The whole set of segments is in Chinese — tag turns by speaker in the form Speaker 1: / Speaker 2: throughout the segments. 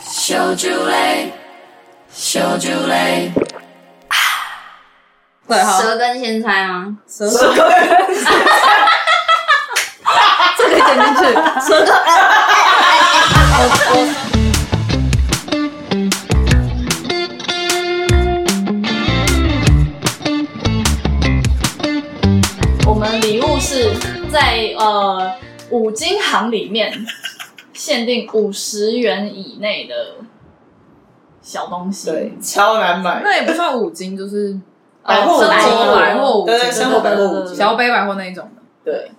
Speaker 1: 小酒类，小酒类，
Speaker 2: 对哈，
Speaker 3: 舌根先猜吗？
Speaker 2: 舌舌根， 这个剪进去，舌根。
Speaker 4: 我们礼物是在呃五金行里面限定五十元以内的小东西。
Speaker 5: 对，超难买。
Speaker 2: 那也不算五金，就是
Speaker 4: 呃，
Speaker 5: 百货
Speaker 4: 生
Speaker 5: 五金
Speaker 4: 活
Speaker 2: 百货五金
Speaker 5: 对对，生活百货五金。
Speaker 2: 小北百货那一种的。
Speaker 5: 对，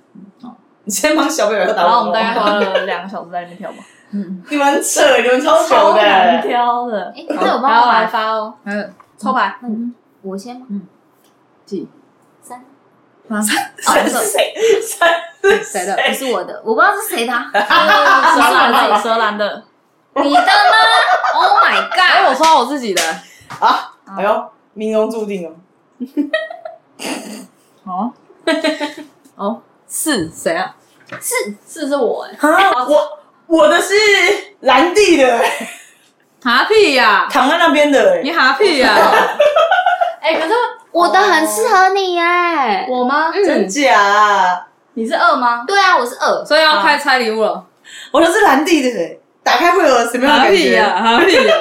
Speaker 5: 你先帮小北人打
Speaker 4: 然后我
Speaker 5: 广
Speaker 4: 们大概
Speaker 5: 告。
Speaker 4: 花了两个小时在那边挑吧，
Speaker 2: 嗯，
Speaker 5: 你们扯，你们超久
Speaker 4: 超难
Speaker 5: 的。
Speaker 4: 挑的。
Speaker 3: 哎，那我帮
Speaker 4: 还要
Speaker 3: 我
Speaker 4: 来
Speaker 3: 来，
Speaker 4: 发哦，
Speaker 2: 还有
Speaker 4: 抽牌。
Speaker 3: 我先吗
Speaker 2: 几
Speaker 3: 三，
Speaker 2: 啊？
Speaker 5: 三是谁？三是
Speaker 2: 谁的
Speaker 3: 不是我的，我不知道是谁的啊，
Speaker 4: 蛇兰的，蛇兰的。
Speaker 3: 你的吗？Oh my
Speaker 2: 哎，我
Speaker 3: god！
Speaker 2: 说我自己的。
Speaker 5: 啊？哎呦，命中注定哦。
Speaker 2: 哦， 哦，是谁啊？
Speaker 3: 是
Speaker 4: 是是我哎，
Speaker 5: 啊，我我的是蓝地 的，
Speaker 2: 哈屁呀！
Speaker 5: 躺在那边的。哎
Speaker 2: 你哈屁 呀！
Speaker 4: 哎，可是
Speaker 3: 我的很适合你哎。
Speaker 4: 我吗？
Speaker 5: 真假？
Speaker 4: 你是二吗？
Speaker 3: 对啊，我是二，
Speaker 2: 所以要开拆礼物了。
Speaker 5: 我的是蓝地的，哎打开会有什么样的
Speaker 2: 哈
Speaker 5: 感
Speaker 2: 屁呀！
Speaker 5: 觉？
Speaker 2: 哈屁呀！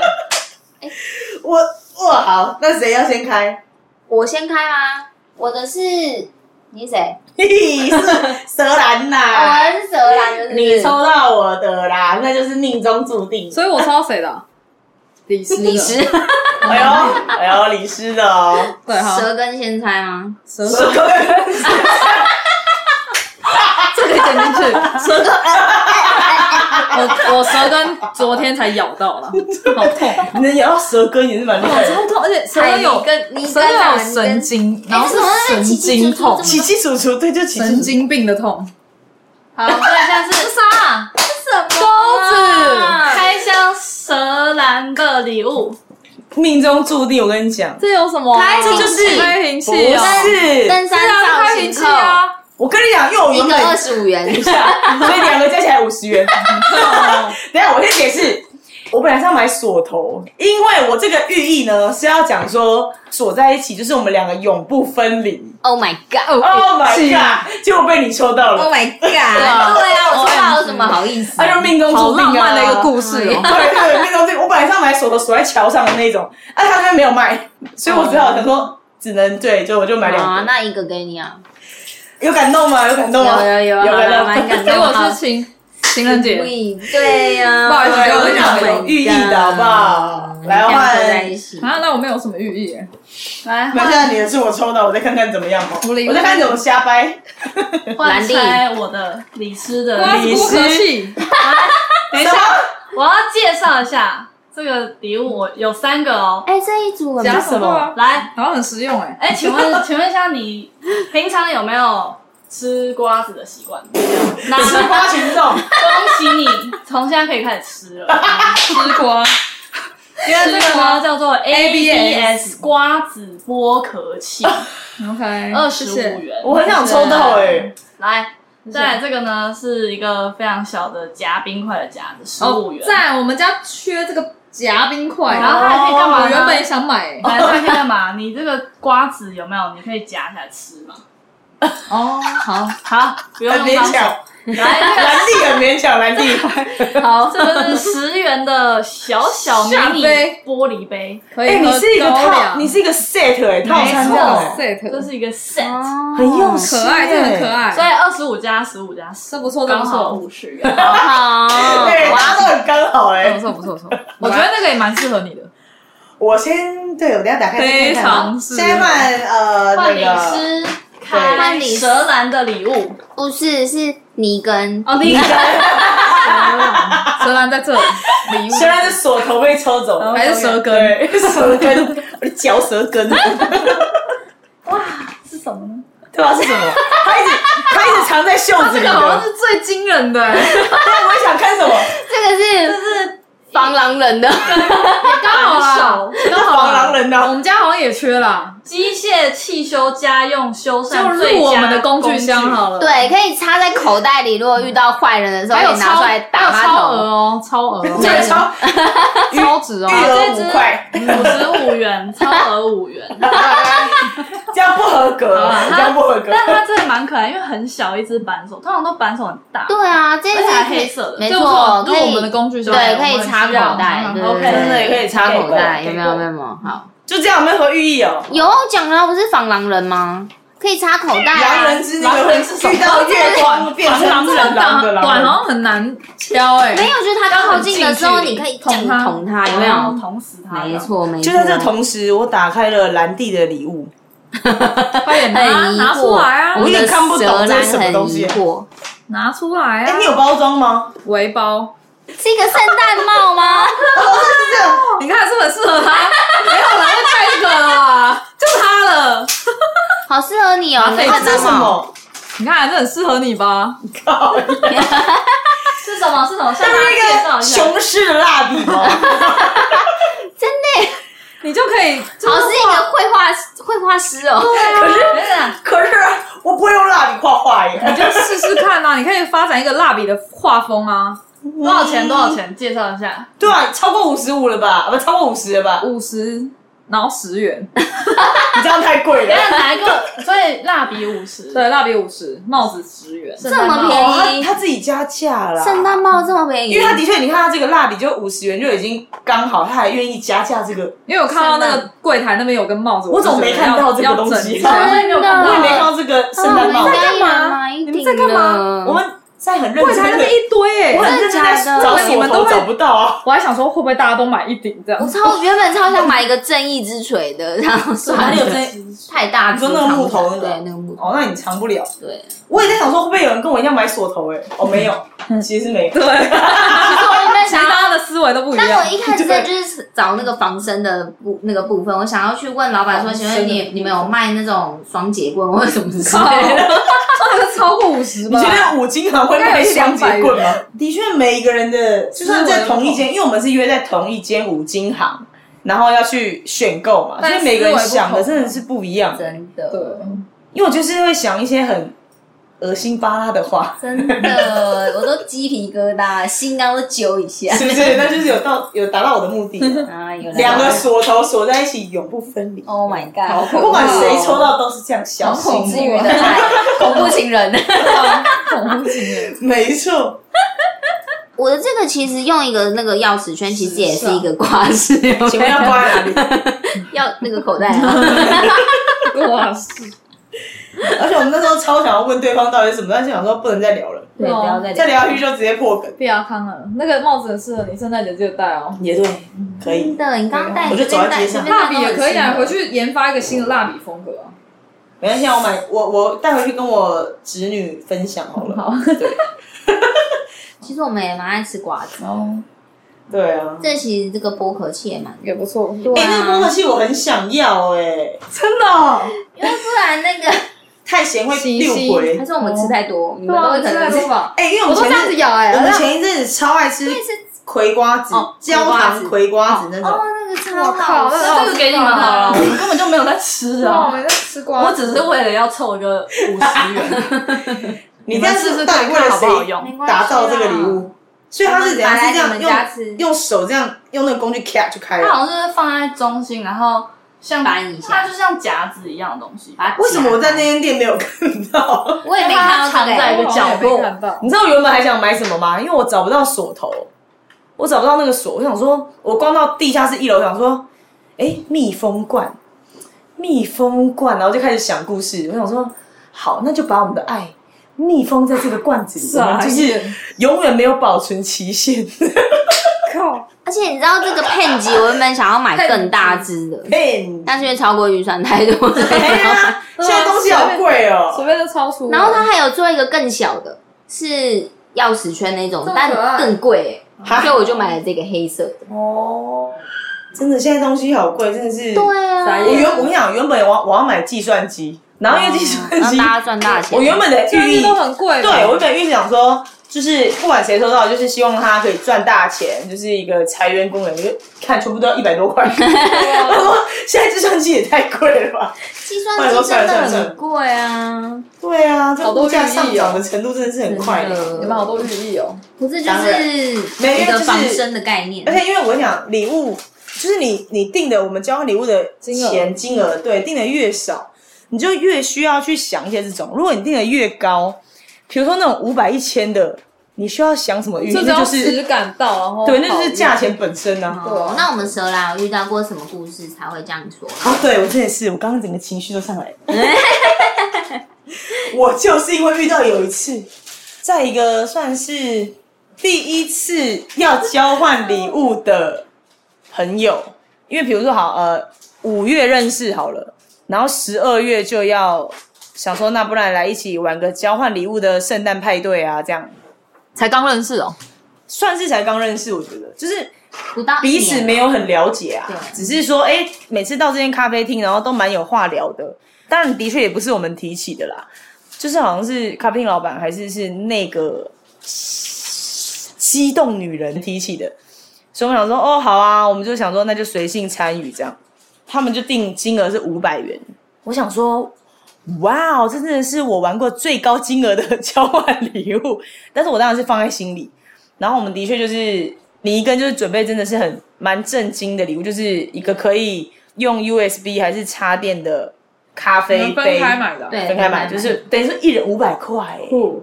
Speaker 5: 我哇，好，那谁要先开？
Speaker 3: 我先开吗？我的是你是谁？
Speaker 5: 嘿嘿，是蛇兰
Speaker 3: 哦
Speaker 5: 呐。
Speaker 2: 哎
Speaker 3: 我的是蛇兰，就是
Speaker 5: 你抽到我的啦，那就是命中注定。
Speaker 2: 所以我抽到谁的啊？李斯，
Speaker 3: 你是，
Speaker 5: 哎呦，哎呦，李师的哦，
Speaker 2: 对哈，
Speaker 3: 舌根先猜吗？
Speaker 2: 舌舌这个剪进去，舌根。 我我舌根昨天才咬到了，好痛，
Speaker 5: 你能咬到舌根也是蛮厉害的。
Speaker 2: 超痛，而且舌
Speaker 3: 哎
Speaker 2: 根
Speaker 3: 你
Speaker 2: 有
Speaker 3: 跟你
Speaker 2: 舌根
Speaker 3: 跟啊
Speaker 2: 有
Speaker 3: 你
Speaker 2: 神
Speaker 3: 跟
Speaker 2: 经，然后是
Speaker 3: 怎么那
Speaker 2: 神
Speaker 3: 边起起
Speaker 2: 经
Speaker 3: 楚楚
Speaker 2: 痛，
Speaker 3: 这么
Speaker 5: 起起楚楚，对，就起
Speaker 2: 神
Speaker 5: 起楚楚。
Speaker 2: 经病的痛。
Speaker 4: 好，所以现在 是啥？
Speaker 3: 什么？
Speaker 2: 钩子，
Speaker 4: 开箱蛇兰的礼物，
Speaker 5: 命中注定，我跟你讲，
Speaker 2: 这有什么啊？
Speaker 3: 开瓶器
Speaker 2: 这就是开瓶
Speaker 5: 不
Speaker 2: 器哦，
Speaker 5: 是，
Speaker 3: 登山
Speaker 2: 对啊，
Speaker 3: 造
Speaker 2: 开
Speaker 3: 型
Speaker 2: 瓶器
Speaker 3: 扣，
Speaker 2: 啊。
Speaker 5: 我跟你讲，因为我
Speaker 3: 一
Speaker 5: 原
Speaker 3: 个
Speaker 5: 本
Speaker 3: 二十五元，
Speaker 5: 所以两个加起来五十元。等一下，我先解释。我本来是要买锁头，因为我这个寓意呢是要讲说锁在一起，就是我们两个永不分离。
Speaker 3: Oh my god！Oh
Speaker 2: 哦
Speaker 5: Oh my god！结果被你抽到了，
Speaker 3: Oh my god！对啊，我抽到有什么好意思？
Speaker 5: 那就命中注定啊！
Speaker 2: 好浪漫的一个故事哦！
Speaker 5: 对 对，那种对，我本来是要买锁头锁在桥上的那种，啊，他那边没有卖，所以我只好想说，只能对，就我就买
Speaker 3: 好啊，
Speaker 5: 两个。
Speaker 3: 那一个给你啊，
Speaker 5: 有感动吗？有感动吗？
Speaker 3: 有有有啊蛮
Speaker 5: 感动
Speaker 3: 蛮。感
Speaker 2: 结
Speaker 3: 动
Speaker 2: 果是情情 人节，
Speaker 3: 对对呀，Oh
Speaker 2: 不好意思
Speaker 5: 对，我跟你讲，
Speaker 2: Oh my
Speaker 5: 有寓意的好不好？来
Speaker 3: 两
Speaker 5: 换
Speaker 3: 个，在一起。
Speaker 2: 啊，那我没有什么寓意耶。
Speaker 4: 来
Speaker 5: 那现
Speaker 4: 换
Speaker 5: 在你的是我抽的，我再看看怎么样哦。
Speaker 2: 狐狸
Speaker 5: 我再看怎么瞎掰。
Speaker 4: 换
Speaker 3: 兰弟
Speaker 4: 猜我的李斯的
Speaker 2: 瓜
Speaker 4: 礼物
Speaker 2: 子剥壳器，
Speaker 4: 等一下，我要介绍一下这个礼物，我有三个哦。
Speaker 3: 哎，这一组我
Speaker 5: 讲
Speaker 3: 们
Speaker 5: 什么？
Speaker 4: 来，
Speaker 2: 然后很实用哎。
Speaker 4: 哎，请问，请问一下，你平常有没有吃瓜子的习惯？那
Speaker 5: 吃瓜群众，
Speaker 4: 恭喜你，从现在可以开始吃了。
Speaker 2: 吃瓜，
Speaker 4: 因为这个呢叫做 ABS
Speaker 2: ABS
Speaker 4: 瓜子剥壳器，
Speaker 2: OK，
Speaker 4: 二十
Speaker 2: 哦谢谢
Speaker 4: 五元。
Speaker 5: 我很想抽 到哎。
Speaker 4: 来，再来这个呢是一个非常小的夹冰块的夹子，十五
Speaker 2: 哦，
Speaker 4: 元。
Speaker 2: 在我们家缺这个夹冰块，
Speaker 4: 然后它还可以干嘛呢？
Speaker 2: 我原本也想买欸
Speaker 4: 来，这个可以干嘛？你这个瓜子有没有？你可以夹起来吃吗？
Speaker 2: 哦，好，
Speaker 4: 好，不用
Speaker 5: 很
Speaker 4: 用
Speaker 5: 勉
Speaker 4: 刀。
Speaker 5: 强，
Speaker 4: 来，
Speaker 5: 蓝地很勉强，蓝地。
Speaker 4: 好，这个是十元的小小迷
Speaker 2: 下
Speaker 4: 你
Speaker 2: 杯
Speaker 4: 玻璃杯，
Speaker 2: 可
Speaker 5: 哎，
Speaker 2: 以喝
Speaker 5: 你是一个
Speaker 2: 高
Speaker 5: 套，
Speaker 2: 粱
Speaker 5: 你是一个 set 哎，套餐这样哎，
Speaker 2: set，
Speaker 4: 这是一个 set，
Speaker 3: 哦
Speaker 5: 很用心，
Speaker 2: 可爱，这很可。爱，
Speaker 4: 所以二十五加十五加十，
Speaker 2: 这不错，这
Speaker 4: 刚
Speaker 2: 不
Speaker 4: 好
Speaker 2: 错，
Speaker 4: 五十元。
Speaker 3: 好，
Speaker 5: 对，
Speaker 3: 哦
Speaker 5: 大家都很刚好
Speaker 2: 这不
Speaker 5: 哎。
Speaker 2: 错，不错，不错，我觉得那个也蛮适合你的，
Speaker 5: 我先，对，我等一下打开再看
Speaker 2: 非
Speaker 5: 看。啊
Speaker 2: 常适合
Speaker 5: 现在换呃那
Speaker 4: 换领
Speaker 5: 个，
Speaker 4: 师开蛇兰的礼物
Speaker 3: 不是是你跟
Speaker 4: 哦， 你
Speaker 2: 蛇兰在这里，礼物
Speaker 5: 虽然是锁头被抽走，
Speaker 2: 还是蛇哦根，
Speaker 5: 对，舌根，我的嚼舌根。
Speaker 4: 是什么呢？
Speaker 5: 对啊，是什么？他一直他一直藏在袖子
Speaker 2: 这
Speaker 5: 里
Speaker 2: 个好像
Speaker 5: 的。
Speaker 2: 是最惊人的欸，
Speaker 5: 那我想看什么？
Speaker 3: 这个是这是防狼人的，
Speaker 4: 刚好
Speaker 2: 手
Speaker 4: 啦，
Speaker 2: 啊
Speaker 5: 防狼常人啊
Speaker 2: 我
Speaker 5: 呐、
Speaker 2: 们家好像也缺啦，
Speaker 4: 机械、汽修、家用、修
Speaker 2: 就
Speaker 4: 缮最
Speaker 2: 入我
Speaker 4: 佳
Speaker 2: 们的工具
Speaker 4: 具
Speaker 2: 箱好了。，
Speaker 3: 对，可以插在口袋里。如果遇到坏人的时候，
Speaker 2: 还
Speaker 3: 可
Speaker 2: 有
Speaker 3: 以拿
Speaker 2: 超
Speaker 3: 出来
Speaker 2: 还
Speaker 3: 打
Speaker 2: 有
Speaker 3: 他
Speaker 2: 超
Speaker 3: 头。
Speaker 2: 额哦，超额哦，
Speaker 5: 这个超
Speaker 2: 超值哦
Speaker 5: 余。额
Speaker 4: 这只
Speaker 5: 五块，
Speaker 4: 五十五元，超额五元。
Speaker 5: 这样不合格，
Speaker 4: 啊
Speaker 5: 这样不合格。
Speaker 4: 但它真的蛮可爱，因为很小一只扳手，通常都扳手很大。
Speaker 3: 对啊，这
Speaker 4: 而且还
Speaker 3: 是
Speaker 4: 黑色的
Speaker 3: 没
Speaker 2: 这不
Speaker 3: 错，
Speaker 2: 错，
Speaker 3: 可
Speaker 2: 入
Speaker 3: 以
Speaker 2: 我们的工具箱，
Speaker 3: 对，
Speaker 2: 我
Speaker 3: 可
Speaker 2: 们
Speaker 3: 以
Speaker 2: 很
Speaker 3: 插
Speaker 2: 需要
Speaker 3: 口袋，
Speaker 2: 嗯
Speaker 3: 对对
Speaker 4: OK
Speaker 3: 对，
Speaker 5: 真的可以插口
Speaker 3: 口袋，
Speaker 5: 袋
Speaker 3: 有没有？有没有？好，
Speaker 5: 就这样，我们合寓意哦。
Speaker 3: 有讲了，不是防狼人吗？可以插口袋啊
Speaker 5: 狼人。之那个会遇到月光变成
Speaker 2: 长
Speaker 5: 正狼的
Speaker 2: 短
Speaker 5: 狼
Speaker 2: 短哦
Speaker 5: 人，
Speaker 2: 好像很难敲哎、
Speaker 3: 没有，就是他靠近的时候，
Speaker 2: 刚很近距离
Speaker 3: 你可以这样
Speaker 2: 捅他
Speaker 3: 捅他，有没有？
Speaker 4: 捅死它。
Speaker 3: 没。错，没错。
Speaker 5: 就在这同时，我打开了兰蒂的礼物，
Speaker 2: 快点拿
Speaker 3: 很疑惑
Speaker 2: 拿出来啊
Speaker 5: 我
Speaker 3: 我，
Speaker 5: 也
Speaker 3: 的
Speaker 5: 看不懂
Speaker 3: 蛇
Speaker 5: 这
Speaker 3: 男
Speaker 5: 是什么
Speaker 3: 很
Speaker 5: 东西
Speaker 3: 疑惑，
Speaker 2: 拿出来
Speaker 5: 哎，
Speaker 2: 啊
Speaker 5: 你！有包装吗？
Speaker 2: 围包，
Speaker 3: 是一个圣诞帽吗？
Speaker 2: 你看是不是很适合他？ 没有啦，又太这个了啦，就他了。
Speaker 3: 好适合你哦，
Speaker 2: 对
Speaker 3: 你
Speaker 5: 啊，
Speaker 3: 看
Speaker 5: 这是什么？
Speaker 2: 你看，这很适合你吧？
Speaker 5: 靠，
Speaker 4: 是什么？是什么？向大家介
Speaker 5: 那
Speaker 4: 绍
Speaker 5: 个
Speaker 4: 一下。
Speaker 5: 熊式蜡笔吗？
Speaker 3: 真的耶，
Speaker 2: 你就可以，
Speaker 3: 好是一个绘画绘画师哦。
Speaker 5: 可是
Speaker 4: 啊等等
Speaker 5: 可是我不会用蜡笔画画耶。
Speaker 2: 你就试试看啊！你可以发展一个蜡笔的画风啊，
Speaker 4: 多少钱？多少钱？介绍一下。
Speaker 5: 对啊，超过五十五了吧？啊不，超过五十了吧？
Speaker 2: 五十，然后十元，
Speaker 5: 你这样太贵
Speaker 4: 等
Speaker 5: 了
Speaker 4: 一。下哪一个？所以蜡笔五十。
Speaker 2: 对，蜡笔五十，帽子十元，
Speaker 4: 圣诞帽，
Speaker 3: 这么便宜
Speaker 5: 哦，他他自己加价啦。
Speaker 3: 圣诞帽这么便宜，
Speaker 5: 因为他的确，你看他这个蜡笔就五十元就已经刚好，他还愿意加价这个，
Speaker 2: 因为我看到那个柜台那边有根帽子，
Speaker 5: 我怎么
Speaker 2: 就觉得
Speaker 5: 没看到
Speaker 2: 要
Speaker 5: 这个东西
Speaker 2: 要整
Speaker 4: 我也没有看
Speaker 5: 我也
Speaker 4: 到
Speaker 5: 没看到这个圣
Speaker 3: 那我
Speaker 5: 诞
Speaker 3: 们
Speaker 5: 帽
Speaker 3: 应。该
Speaker 2: 你
Speaker 3: 也买一顶
Speaker 2: 在干嘛你们在干嘛
Speaker 3: 了
Speaker 5: 我们在很认
Speaker 2: 柜
Speaker 5: 真
Speaker 2: 台那边
Speaker 5: 的，
Speaker 2: 一堆哎、
Speaker 5: 我很认真在找锁头找不到啊。
Speaker 2: 我还想说会不会大家都买一顶这
Speaker 3: 我
Speaker 2: 样？
Speaker 3: 超原本超想买一个正义之锤的，然后
Speaker 5: 哪
Speaker 3: 算
Speaker 5: 里有
Speaker 3: 了，
Speaker 5: 这？
Speaker 3: 太大只，
Speaker 5: 你说那个木头那个
Speaker 3: 对，那个木头，
Speaker 5: 哦，那你藏不了。
Speaker 3: 对，
Speaker 5: 我也在想说，会不会有人跟我一样买锁头？哎，哦，没有，其实没有。
Speaker 2: 对，
Speaker 3: 其实我原本
Speaker 2: 其
Speaker 3: 想
Speaker 2: 实
Speaker 3: 要。
Speaker 2: 大家的思维都不一
Speaker 3: 但
Speaker 2: 样
Speaker 3: 我。一开始真的就是找那个防身的部那个部分，我想要去问老板说，
Speaker 5: 防身
Speaker 3: 请
Speaker 5: 的
Speaker 3: 问
Speaker 5: 部
Speaker 3: 你
Speaker 5: 分
Speaker 3: 你们有卖那种双节棍或者什么之
Speaker 2: 靠，
Speaker 3: 类的？
Speaker 2: 那个超过五十
Speaker 5: 你
Speaker 2: 吧
Speaker 5: 觉？得五金行会卖双节棍吗？的确，每一个人的就算在同一间，因为我们是约在同一间五金行，然后要去选购嘛，所
Speaker 2: 但
Speaker 5: 以每个人想的
Speaker 2: 思维不同
Speaker 5: 真的是不一样。
Speaker 3: 真的，
Speaker 2: 对，
Speaker 5: 因为我就是会想一些很恶心巴拉的话，
Speaker 3: 真的，我都鸡皮疙瘩，心肝都揪一 下。
Speaker 5: 是不是？那就是有到有达到我的目的，
Speaker 3: 啊，有
Speaker 5: 两个锁头锁在一起，永不分离。
Speaker 3: ，Oh my god，好恐怖
Speaker 5: 不管谁抽到都是这样，小
Speaker 3: 恐
Speaker 5: 心
Speaker 3: 怖的爱，恐怖情人。
Speaker 2: 恐怖情人。
Speaker 5: 没错，
Speaker 3: 我的这个其实用一个那个钥匙圈，其实也是一个挂饰，
Speaker 5: 请问要刮哪里？
Speaker 3: 要那个口袋啊。
Speaker 2: 哇塞！
Speaker 5: 而且我们那时候超想要问对方到底是什么，但是想说不能再聊 了，
Speaker 3: 对，哦不要再
Speaker 5: 再
Speaker 3: 聊。
Speaker 5: 聊下去就直接破梗。
Speaker 2: 不要看了，那个帽子很适合你，圣诞节记得戴哦。
Speaker 5: 也对，可以
Speaker 3: 真。的，你刚刚戴
Speaker 5: 我就走在街上
Speaker 2: 蜡笔也可以啊，回。去研发一个新的蜡笔风格啊。
Speaker 5: 没关系，啊，我买我我带回去跟我侄女分享好了。
Speaker 2: 好
Speaker 5: 对啊
Speaker 3: 其实我们也蛮爱吃瓜子，
Speaker 2: 哦，
Speaker 5: 对啊。
Speaker 3: 这其实这个剥壳器也蛮，
Speaker 2: 也不错。
Speaker 3: 对
Speaker 5: 哎、那个
Speaker 3: 啊
Speaker 5: 剥壳器我很想要哎、
Speaker 2: 真的哦？
Speaker 3: 因为不然 那个
Speaker 5: 太咸会
Speaker 2: 洗
Speaker 5: 六
Speaker 2: 洗
Speaker 5: 回
Speaker 3: 还。是我们吃太多，你
Speaker 2: 对
Speaker 3: 们都
Speaker 2: 啊，
Speaker 3: 会
Speaker 2: 你
Speaker 3: 可
Speaker 2: 吃太
Speaker 3: 能
Speaker 2: 多吧？
Speaker 5: 哎、因为
Speaker 2: 我
Speaker 5: 我们
Speaker 2: 都
Speaker 5: 前
Speaker 2: 这样子
Speaker 5: 阵
Speaker 2: 咬哎，
Speaker 5: 我
Speaker 2: 那
Speaker 5: 们前一阵子超爱吃葵瓜子
Speaker 3: 哦、
Speaker 5: 焦糖葵
Speaker 3: 葵
Speaker 5: 瓜子那种。
Speaker 3: 哦，那个超
Speaker 2: 好
Speaker 3: 好
Speaker 2: 吃
Speaker 3: 吃，
Speaker 4: 这个给你们好了，我们根本就没有在吃
Speaker 2: 哦哇，我
Speaker 4: 啊。
Speaker 2: 们在吃瓜子，
Speaker 4: 我只是为了要凑一个 五十元，
Speaker 5: 你
Speaker 4: 们
Speaker 5: 但
Speaker 4: 试
Speaker 5: 是
Speaker 4: 试
Speaker 5: 到底
Speaker 4: 看
Speaker 5: 为了
Speaker 4: 看好不好
Speaker 5: 谁
Speaker 4: 用。
Speaker 5: 打造这个礼物？所以他是怎样？
Speaker 3: 买
Speaker 5: 是
Speaker 3: 来
Speaker 5: 这样
Speaker 3: 你们家
Speaker 5: 用
Speaker 3: 吃
Speaker 5: 用手这样用那个工具咔就开
Speaker 4: 它
Speaker 5: 了。
Speaker 4: 好像是放在中心，然后像
Speaker 3: 翻一下
Speaker 4: 它就像夹子一样的东西。
Speaker 3: 把它夹
Speaker 5: 为什么我在那间店没有看到？
Speaker 3: 我也没看到这
Speaker 4: 它藏在一
Speaker 3: 个欸
Speaker 4: 个角
Speaker 2: 我
Speaker 4: 落
Speaker 2: 好像也没看到
Speaker 5: 你知道我原本还想买什么吗？因为我找不到锁头，我找不到那个锁，我想说，我逛到地下室一楼，想说，哎、密封罐，密封罐，然后就开始想故事。我想说，好，那就把我们的爱密封在这个罐子里，
Speaker 2: 傻
Speaker 5: 我们就是
Speaker 2: 眼
Speaker 5: 永远没有保存期限。
Speaker 2: 靠，
Speaker 3: 而且你知道这个片集，我原本想要买更大只的，
Speaker 5: Man，
Speaker 3: 但是因为超过预算太多了。
Speaker 5: 哎呀，现在东西好贵
Speaker 2: 随
Speaker 5: 哦、
Speaker 2: 便都超出。
Speaker 3: 然后它还有做一个更小的，是钥匙圈那种
Speaker 2: 这，么可爱
Speaker 3: 但更贵、
Speaker 5: 哈
Speaker 3: 欸，所以我就买了这个黑色的。
Speaker 5: 哦，真的，现在东西好贵，真的是。
Speaker 3: 对啊，
Speaker 5: 我原我跟你讲，原本我要我要买计算机，然后因为计算
Speaker 3: 让
Speaker 5: 机，
Speaker 3: 大家赚大钱。
Speaker 5: 我原本的
Speaker 2: 现在
Speaker 5: 寓意
Speaker 2: 都很贵，
Speaker 5: 对，我本来预想说，就是不管谁抽到，就是希望他可以赚大钱，就是一个财源工人。因为看全部都要一百多块，然后现在计算机也太贵了吧？
Speaker 3: 计算机真的很贵啊，
Speaker 5: 对啊，这
Speaker 4: 好多
Speaker 5: 物价
Speaker 4: 寓意
Speaker 5: 上
Speaker 4: 哦
Speaker 5: 涨的程度真的是很快
Speaker 3: 真的
Speaker 5: 的。
Speaker 4: 你们好多寓意哦。
Speaker 3: 不是就
Speaker 5: 当
Speaker 3: 是
Speaker 5: 然没
Speaker 3: 一
Speaker 5: 有就
Speaker 3: 个
Speaker 5: 是
Speaker 3: 防身的概念
Speaker 5: 而。且因为我跟你讲，礼物就是你你定的，我们交换礼物的
Speaker 4: 金额
Speaker 5: 钱金额，对，定的越少，你就越需要去想一些这种。如果你定的越高，比如说那种五百一千的，你需要想什么寓意？
Speaker 2: 这只
Speaker 5: 那
Speaker 2: 要
Speaker 5: 就是
Speaker 2: 实感到，然后
Speaker 5: 对，那就是价
Speaker 2: 好
Speaker 5: 钱本身啊。
Speaker 3: 哦，那我们蛇啦，有遇到过什么故事才会这样说？
Speaker 5: 啊，对我真的是，我刚刚整个情绪都上来了。我就是因为遇到有一次，在一个算是第一次要交换礼物的朋友，因为比如说好呃五月认识好了，然后十二月就要想说，那不然来一起玩个交换礼物的圣诞派对啊，这样
Speaker 2: 才刚认识哦，
Speaker 5: 算是才刚认识，我觉得就是
Speaker 3: 不到一
Speaker 5: 彼
Speaker 3: 年
Speaker 5: 此没有很了解啊
Speaker 3: 对，
Speaker 5: 只是说，哎、每次到这间咖啡厅，然后都蛮有话聊的。当然，的确也不是我们提起的啦，就是好像是咖啡厅老板还是是那个激动女人提起的，所以我们想说，哦，好啊，我们就想说，那就随性参与这样。他们就定金额是五百元，我想说，哇哦，这真的是我玩过最高金额的交换礼物， 但是我当然是放在心里。然后我们的确就是你一根就是准备真的是很蛮震惊的礼物，就是一个可以用 USB 还是插电的咖
Speaker 2: 你
Speaker 5: 啡
Speaker 2: 们
Speaker 5: 杯
Speaker 2: 分，开买的啊，
Speaker 3: 对
Speaker 5: 分开买，就是等于说一人五百块、欸，
Speaker 2: 酷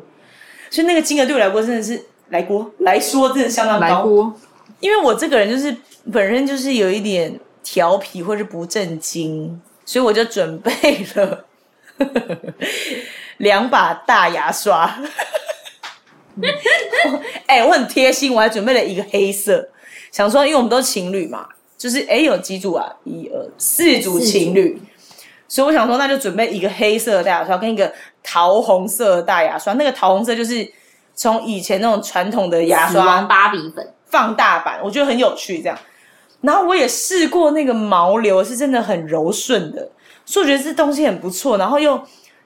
Speaker 5: 所以那个金额对我来说真的是来锅来说真的相当
Speaker 2: 来
Speaker 5: 高，
Speaker 2: 锅，
Speaker 5: 因为我这个人就是本身就是有一点调皮或是不正经，所以我就准备了 两把大牙刷。哎、我很贴心，我还准备了一个黑色，想说因为我们都情侣嘛，就是哎、有几组啊？一二四组情侣，所以我想说那就准备一个黑色的大牙刷跟一个桃红色的大牙刷，那个桃红色就是从以前那种传统的牙
Speaker 3: 死
Speaker 5: 刷
Speaker 3: 亡芭比粉，
Speaker 5: 放大版，我觉得很有趣这样。然后我也试过那个毛流，是真的很柔顺的，所以我觉得这东西很不错。然后又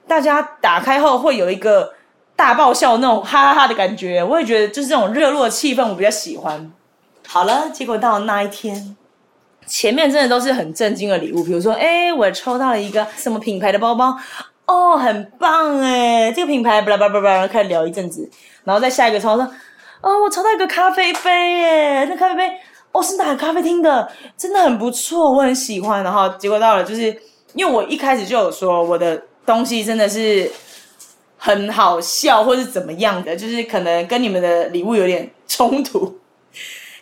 Speaker 5: 大家打开后会有一个大爆笑那种哈哈哈的感觉，我也觉得就是这种热络气氛，我比较喜欢。好了，结果到那一天，前面真的都是很震惊的礼物，比如说，哎，我抽到了一个什么品牌的包包，哦，很棒哎，这个品牌，巴拉巴拉巴拉，然后开始聊一阵子，然后再下一个抽到说，哦，我抽到一个咖啡杯耶，那咖啡杯哦是哪个咖啡厅的，真的很不错，我很喜欢。然后结果到了，就是因为我一开始就有说我的东西真的是很好笑，或是怎么样的，就是可能跟你们的礼物有点冲突。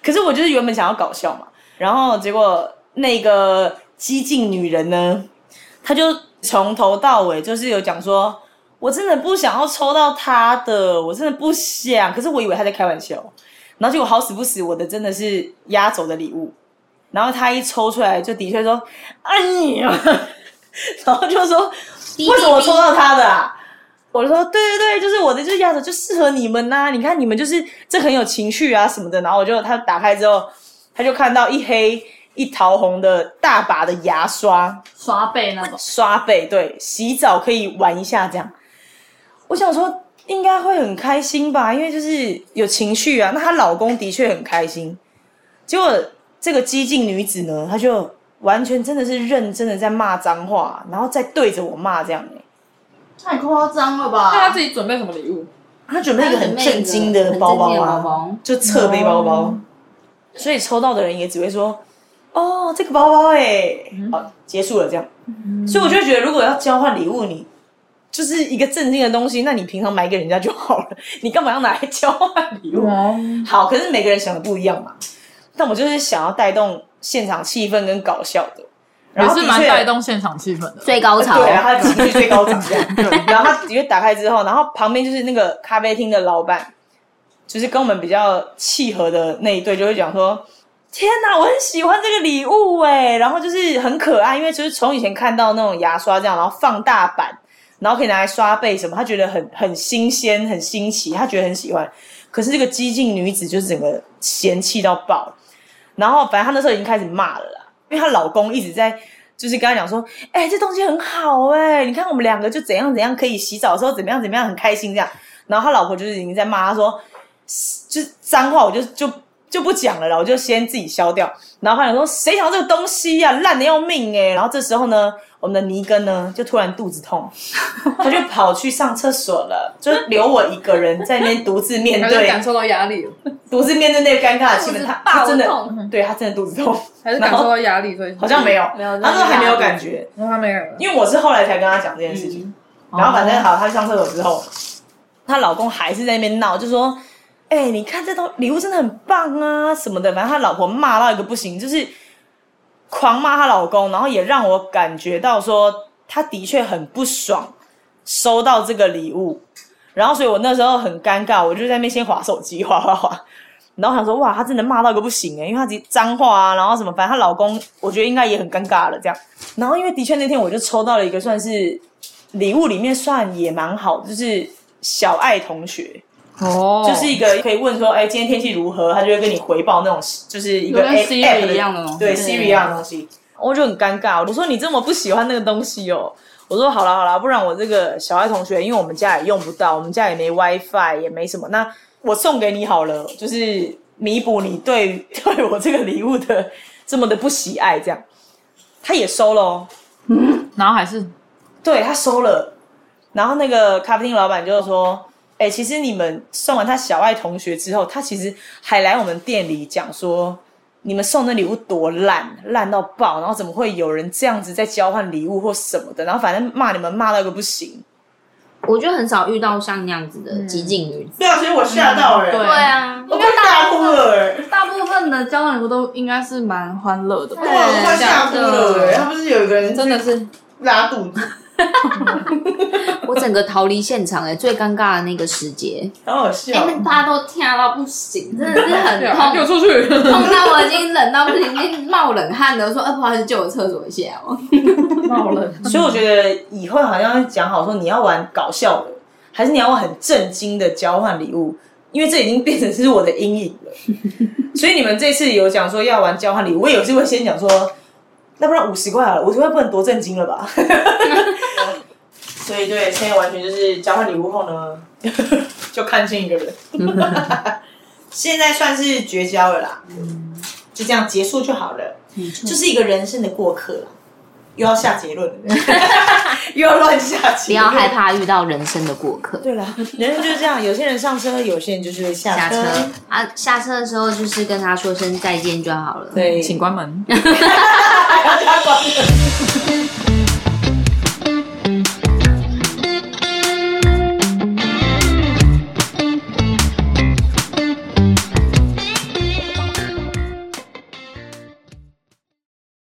Speaker 5: 可是我就是原本想要搞笑嘛，然后结果那个激进女人呢，她就从头到尾就是有讲说。我真的不想要抽到他的，我真的不想。可是我以为他在开玩笑，然后结果好死不死，我的真的是压轴的礼物。然后他一抽出来，就的确说：“哎 呀！”然后就说：“
Speaker 3: 哔
Speaker 5: 为什么我抽到他的啊？”我就说：“对对对，就是我的，就是压轴，就适合你们呐、你看你们就是这很有情绪啊什么的。”然后我就他打开之后，他就看到一黑一桃红的大把的牙刷，
Speaker 4: 刷背那种，
Speaker 5: 刷背，对，洗澡可以玩一下这样。我想说应该会很开心吧，因为就是有情绪啊。那她老公的确很开心，结果这个激进女子呢，她就完全真的是认真的在骂脏话，然后再对着我骂这样、欸。
Speaker 4: 太夸张了吧？
Speaker 2: 那他自己准备什么礼物？
Speaker 5: 她准备一个很震惊的包包
Speaker 3: 她准备一个很震惊的包
Speaker 5: 啊
Speaker 3: 包，嗯
Speaker 5: 就侧背包包，所以抽到的人也只会说：“哦，这个包包哎、
Speaker 3: 嗯
Speaker 5: 好，结束了这样。所以我就觉得，如果要交换礼物，你就是一个震惊的东西，那你平常买给人家就好了， 你干嘛要拿来交换 礼物？好，可是每个人想的不一样嘛。但我就是想要带动现场气氛跟搞笑的，然
Speaker 2: 也
Speaker 5: 后
Speaker 2: 是
Speaker 5: 的
Speaker 2: 蛮
Speaker 5: 确
Speaker 2: 带动现场气氛的。
Speaker 3: 最高潮
Speaker 5: 对，啊然后他情绪最高涨这样。 然后他直接打开之后，然后旁边就是那个咖啡厅的老板，就是跟我们比较契合的那一对，就会讲说：“天哪，我很喜欢这个礼物哎！”然后就是很可爱，因为就是从以前看到那种牙刷这样，然后放大版，然后可以拿来刷背什么，他觉得很很新鲜、很新奇，他觉得很喜欢。可是这个激进女子就是整个嫌弃到爆，然后反正她那时候已经开始骂了啦，因为她老公一直在就是跟她讲说，哎、这东西很好哎、你看我们两个就怎样怎样可以洗澡的时候怎么样怎么样很开心这样，然后她老婆就是已经在骂她说，就是脏话，我就就就不讲了啦，我就先自己消掉。然后后来我说谁想要这个东西呀、烂的要命哎、然后这时候呢，我们的尼根呢就突然肚子 痛，他就跑去上厕所了，就留我一个人在那边独自面
Speaker 2: 感觉
Speaker 5: 对，
Speaker 2: 感受到压力了，
Speaker 5: 独自面对那个尴尬的气
Speaker 4: 肚
Speaker 5: 氛。
Speaker 4: 子
Speaker 5: 他他
Speaker 4: 爆
Speaker 5: 真的
Speaker 4: 痛，
Speaker 5: 对他真的肚子痛，
Speaker 2: 还是
Speaker 5: 然
Speaker 2: 感
Speaker 5: 后
Speaker 2: 受到压力，所以
Speaker 5: 好像没有，
Speaker 4: 没有
Speaker 5: 他说还没有感觉，
Speaker 2: 然后他没人了，
Speaker 5: 因为我是后来才跟他讲这件事情。然后反正好，她去上厕所之后，她老公还是在那边闹，就说：“哎、你看这套礼物真的很棒啊，什么的。”反正她老婆骂到一个不行，就是狂骂她老公，然后也让我感觉到说，她的确很不爽收到这个礼物。然后，所以我那时候很尴尬，我就在那边先划手机，划划划。然后想说，哇，她真的骂到一个不行哎、因为她直接脏话啊，然后什么，反正她老公我觉得应该也很尴尬了这样。然后因为的确那天我就抽到了一个算是礼物里面算也蛮好，就是小爱同学，
Speaker 2: 哦
Speaker 5: 就是一个可以问说，哎、今天天气如何，他就会跟你回报那种，就是一个
Speaker 2: 有跟
Speaker 5: A-
Speaker 2: Siri
Speaker 5: app 的
Speaker 2: 一样的东西
Speaker 5: 对 Siri 一样的东西。我就很尴尬，我说你这么不喜欢那个东西哦。我说好啦好啦，不然我这个小爱同学，因为我们家也用不到，我们家也没 WiFi，也没什么，那我送给你好了，就是弥补你对 对我这个礼物的这么的不喜爱，这样。他也收了、哦，
Speaker 2: 然后还是
Speaker 5: 对他收了，然后那个咖啡厅老板就说：“哎、其实你们送完他小爱同学之后，他其实还来我们店里讲说，你们送的礼物多烂，烂到爆，然后怎么会有人这样子在交换礼物或什么的？然后反正骂你们骂到一个不行。
Speaker 3: 我就很少遇到像那样子的激进女子。
Speaker 5: 对啊，所以我吓到人
Speaker 2: 对
Speaker 3: 嗯对啊，
Speaker 5: 我快大哭了，欸
Speaker 4: 大部分的交换礼物都应该是蛮欢乐的吧？
Speaker 3: 对我快
Speaker 2: 吓哭了哎他
Speaker 5: 欸不是有一个人
Speaker 2: 真的是
Speaker 5: 拉肚子，
Speaker 3: 我整个逃离现场哎、最尴尬的那个时节，
Speaker 5: 好好
Speaker 3: 哎、
Speaker 5: 笑。
Speaker 3: 那大家都跳到不行，真的是很
Speaker 2: 对啊，
Speaker 3: 痛
Speaker 2: 给。我出去，
Speaker 3: 痛到我已经冷到不行，已经冒冷汗了。我说，呃，不好意思，借我厕所一下哦。
Speaker 2: 冒冷，
Speaker 5: 所以我觉得以后好像讲好说你要玩搞笑的，还是你要玩很震惊的交换礼物，因为这已经变成是我的阴影了。 所以你们这次有讲说要玩交换礼物，我有时会先讲说，那不然五十块好了，五十块不能多震惊了吧？ 所以对，现在完全就是交换礼物后 呢，就看清一个 人，现在算是绝交了啦，就这样结束就好了，就是一个人生的过客啦又要下结论了， 又要乱下
Speaker 3: 不
Speaker 5: 结
Speaker 3: 要
Speaker 5: 论。
Speaker 3: 害怕遇到人生的过客。
Speaker 5: 对了，人生就是这样，有些人上车，有些人就是会
Speaker 3: 下
Speaker 5: 下
Speaker 3: 车啊，下车的时 候就是跟他说声再见就好了。，
Speaker 5: 对，
Speaker 2: 请关门。
Speaker 5: 还要加关了。